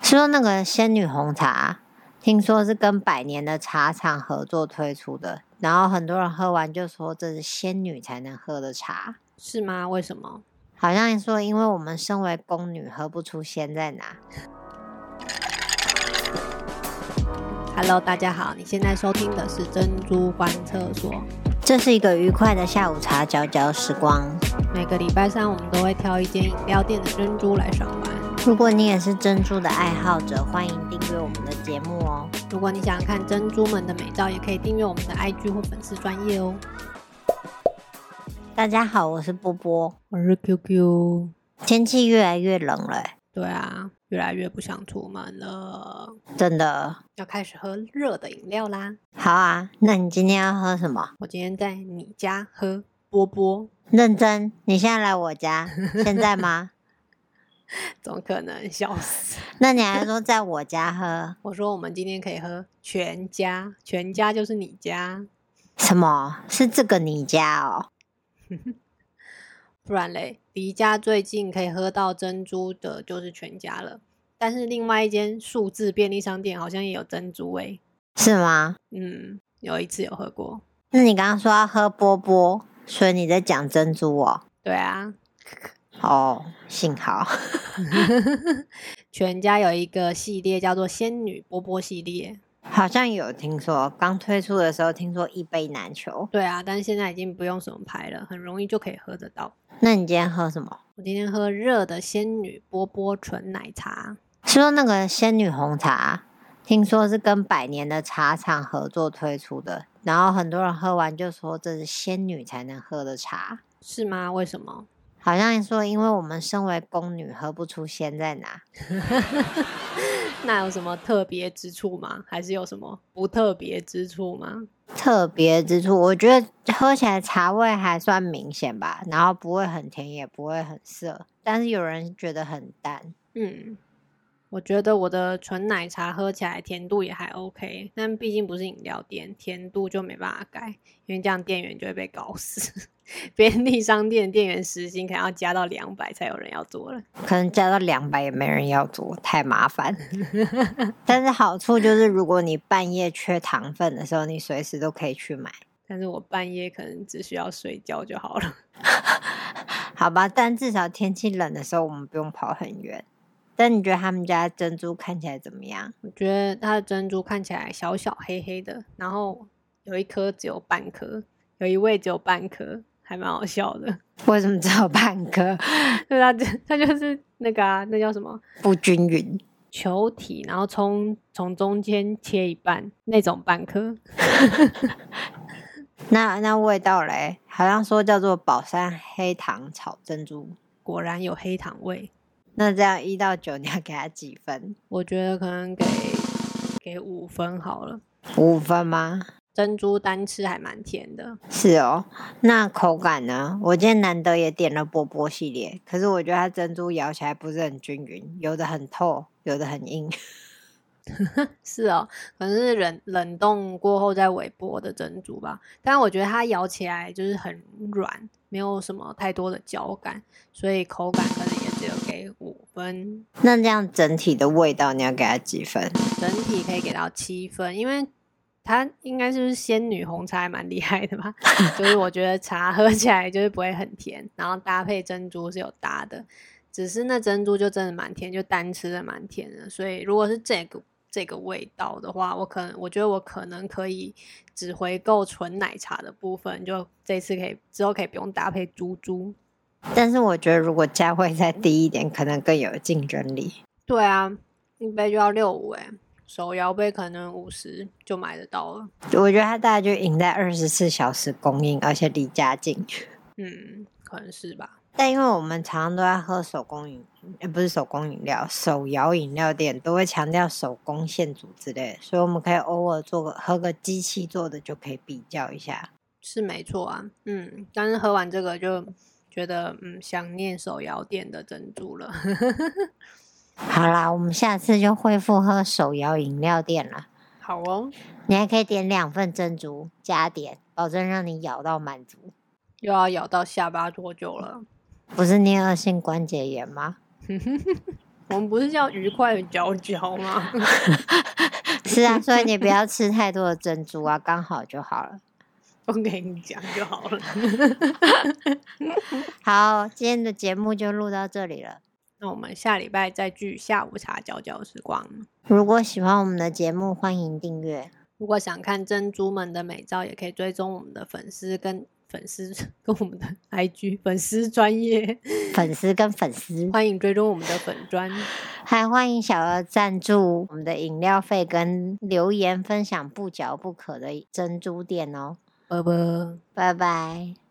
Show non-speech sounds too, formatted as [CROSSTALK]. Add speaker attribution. Speaker 1: 就那个仙女红茶，听说是跟百年的茶厂合作推出的，然后很多人喝完就说这是仙女才能喝的茶，
Speaker 2: 是吗？为什么？
Speaker 1: 好像说因为我们身为宫女喝不出仙在哪。
Speaker 2: Hello，大家好，你现在收听的是珍珠观测所。
Speaker 1: 这是一个愉快的下午茶嚼嚼时光。
Speaker 2: 每个礼拜三，我们都会挑一间饮料店的珍珠来赏玩。
Speaker 1: 如果你也是珍珠的爱好者，欢迎订阅我们的节目哦。
Speaker 2: 如果你想看珍珠们的美照，也可以订阅我们的 IG 或粉丝专业哦。
Speaker 1: 大家好，我是波波。
Speaker 2: 我是 QQ。
Speaker 1: 天气越来越冷了欸、
Speaker 2: 对啊，越来越不想出门了，
Speaker 1: 真的。
Speaker 2: 要开始喝热的饮料啦。
Speaker 1: 好啊，那你今天要喝什么？
Speaker 2: 我今天在你家喝波波，
Speaker 1: 认真，你现在来我家，现在吗？
Speaker 2: 怎么可能？笑死！
Speaker 1: 那你还说在我家喝
Speaker 2: 我说我们今天可以喝全家，全家就是你家，
Speaker 1: 什么？是这个你家哦？
Speaker 2: 不然嘞，离家最近可以喝到珍珠的就是全家了。但是另外一间数字便利商店好像也有珍珠诶、
Speaker 1: 是吗？
Speaker 2: 嗯，有一次有喝过。
Speaker 1: 那你刚刚说要喝波波，所以你在讲珍珠哦？
Speaker 2: 对啊，
Speaker 1: 哦，幸好 [LAUGHS]
Speaker 2: 全家有一个系列叫做“仙女波波”系列。
Speaker 1: 好像有听说，刚推出的时候听说一杯难求。
Speaker 2: 对啊，但是现在已经不用什么牌了，很容易就可以喝得到。
Speaker 1: 那你今天喝什么？
Speaker 2: 我今天喝热的仙女波波纯奶茶，
Speaker 1: 是说那个仙女红茶，听说是跟百年的茶厂合作推出的，然后很多人喝完就说这是仙女才能喝的茶，
Speaker 2: 是吗？为什么？
Speaker 1: 好像说因为我们身为宫女喝不出仙在哪。
Speaker 2: 那有什么特别之处吗？还是有什么不特别之处吗？
Speaker 1: 特别之处，我觉得喝起来茶味还算明显吧，然后不会很甜，也不会很涩，但是有人觉得很淡。
Speaker 2: 嗯，我觉得我的纯奶茶喝起来甜度也还 OK，但毕竟不是饮料店，甜度就没办法改，因为这样店员就会被搞死。 [LAUGHS] 便利商店店员时薪可能要加到两百才有人要做了。
Speaker 1: 可能加到两百也没人要做，太麻烦。但是好处就是，如果你半夜缺糖分的时候，你随时都可以去买，
Speaker 2: 但是我半夜可能只需要睡觉就好了。 [LAUGHS]
Speaker 1: 好吧？但至少天气冷的时候，我们不用跑很远。但你觉得他们家珍珠看起来怎么样？
Speaker 2: 我觉得它的珍珠看起来小小黑黑的，然后有一颗只有半颗，有一位只有半颗，还蛮好笑的。 [LAUGHS]
Speaker 1: 为什么只有半颗？ [LAUGHS]
Speaker 2: 对它就它就是那个啊，那叫什么
Speaker 1: 不均匀。
Speaker 2: 球体，然后从从中间切一半那种半颗。
Speaker 1: 那那味道嘞？好像说叫做宝山黑糖炒珍珠。
Speaker 2: 果然有黑糖味，
Speaker 1: 那这样一到九，你要给它几分？
Speaker 2: 我觉得可能给给五分好了。
Speaker 1: 五分吗？
Speaker 2: 珍珠单吃还蛮甜的， [LAUGHS]
Speaker 1: 是哦，那口感呢？我今天难得也点了波波系列，可是我觉得它珍珠咬起来不是很均匀，有的很透，有的很硬。 [LAUGHS]
Speaker 2: 是哦，可能是冷冷冻过后再微波的珍珠吧。但我觉得它咬起来就是很软，没有什么太多的嚼感，所以口感可能也只有给五分。
Speaker 1: 那这样整体的味道你要给它几分？
Speaker 2: 整体可以给到七分，因为它应该是不是仙女红茶还蛮厉害 [LAUGHS] 的吧？就是我觉得茶喝起来就是不会很甜，然后搭配珍珠是有搭的，只是那珍珠就真的蛮甜，就单吃的蛮甜的。所以如果是这个这个味道的话，我可能我觉得我可能可以只回购纯奶茶的部分，就这次可以之后可以不用搭配珠珠。
Speaker 1: 但是我觉得如果价位再低一点，可能更有竞争力。
Speaker 2: 对啊，一杯就要六五哎，手摇杯可能五十就买得到了。
Speaker 1: 我觉得它大概就赢在二十四小时供应，而且离家近。
Speaker 2: 嗯，可能是吧。
Speaker 1: 但因为我们常常都在喝手工饮，呃不是手工饮料，手摇饮料店都会强调手工现煮之类的，所以我们可以偶尔做个喝个机器做的就可以比较一下。
Speaker 2: 是没错啊，嗯，但是喝完这个就觉得嗯想念手摇店的珍珠了。 [LAUGHS]
Speaker 1: 好啦，我们下次就恢复喝手摇饮料店了。
Speaker 2: 好哦，
Speaker 1: 你还可以点两份珍珠加点，保证让你咬到满足。
Speaker 2: 又要咬到下巴多久了？
Speaker 1: 不是颞颌性关节炎吗？
Speaker 2: 我们不是叫愉快的嚼嚼吗？ [LAUGHS]
Speaker 1: 是啊，所以你不要吃太多的珍珠啊，刚好就好了。
Speaker 2: 我给你讲就好了。
Speaker 1: 好，今天的节目就录到这里了。
Speaker 2: 那我们下礼拜再聚下午茶嚼嚼时光。
Speaker 1: 如果喜欢我们的节目，欢迎订阅。
Speaker 2: 如果想看珍珠们的美照，也可以追踪我们的粉丝跟粉丝 [LAUGHS] 跟我们的 IG 粉丝专业， [LAUGHS]
Speaker 1: 粉丝跟粉丝，
Speaker 2: 欢迎追踪我们的粉专。
Speaker 1: 还欢迎小额赞助我们的饮料费跟留言分享不嚼不可的珍珠店哦。
Speaker 2: 拜拜。
Speaker 1: 拜拜。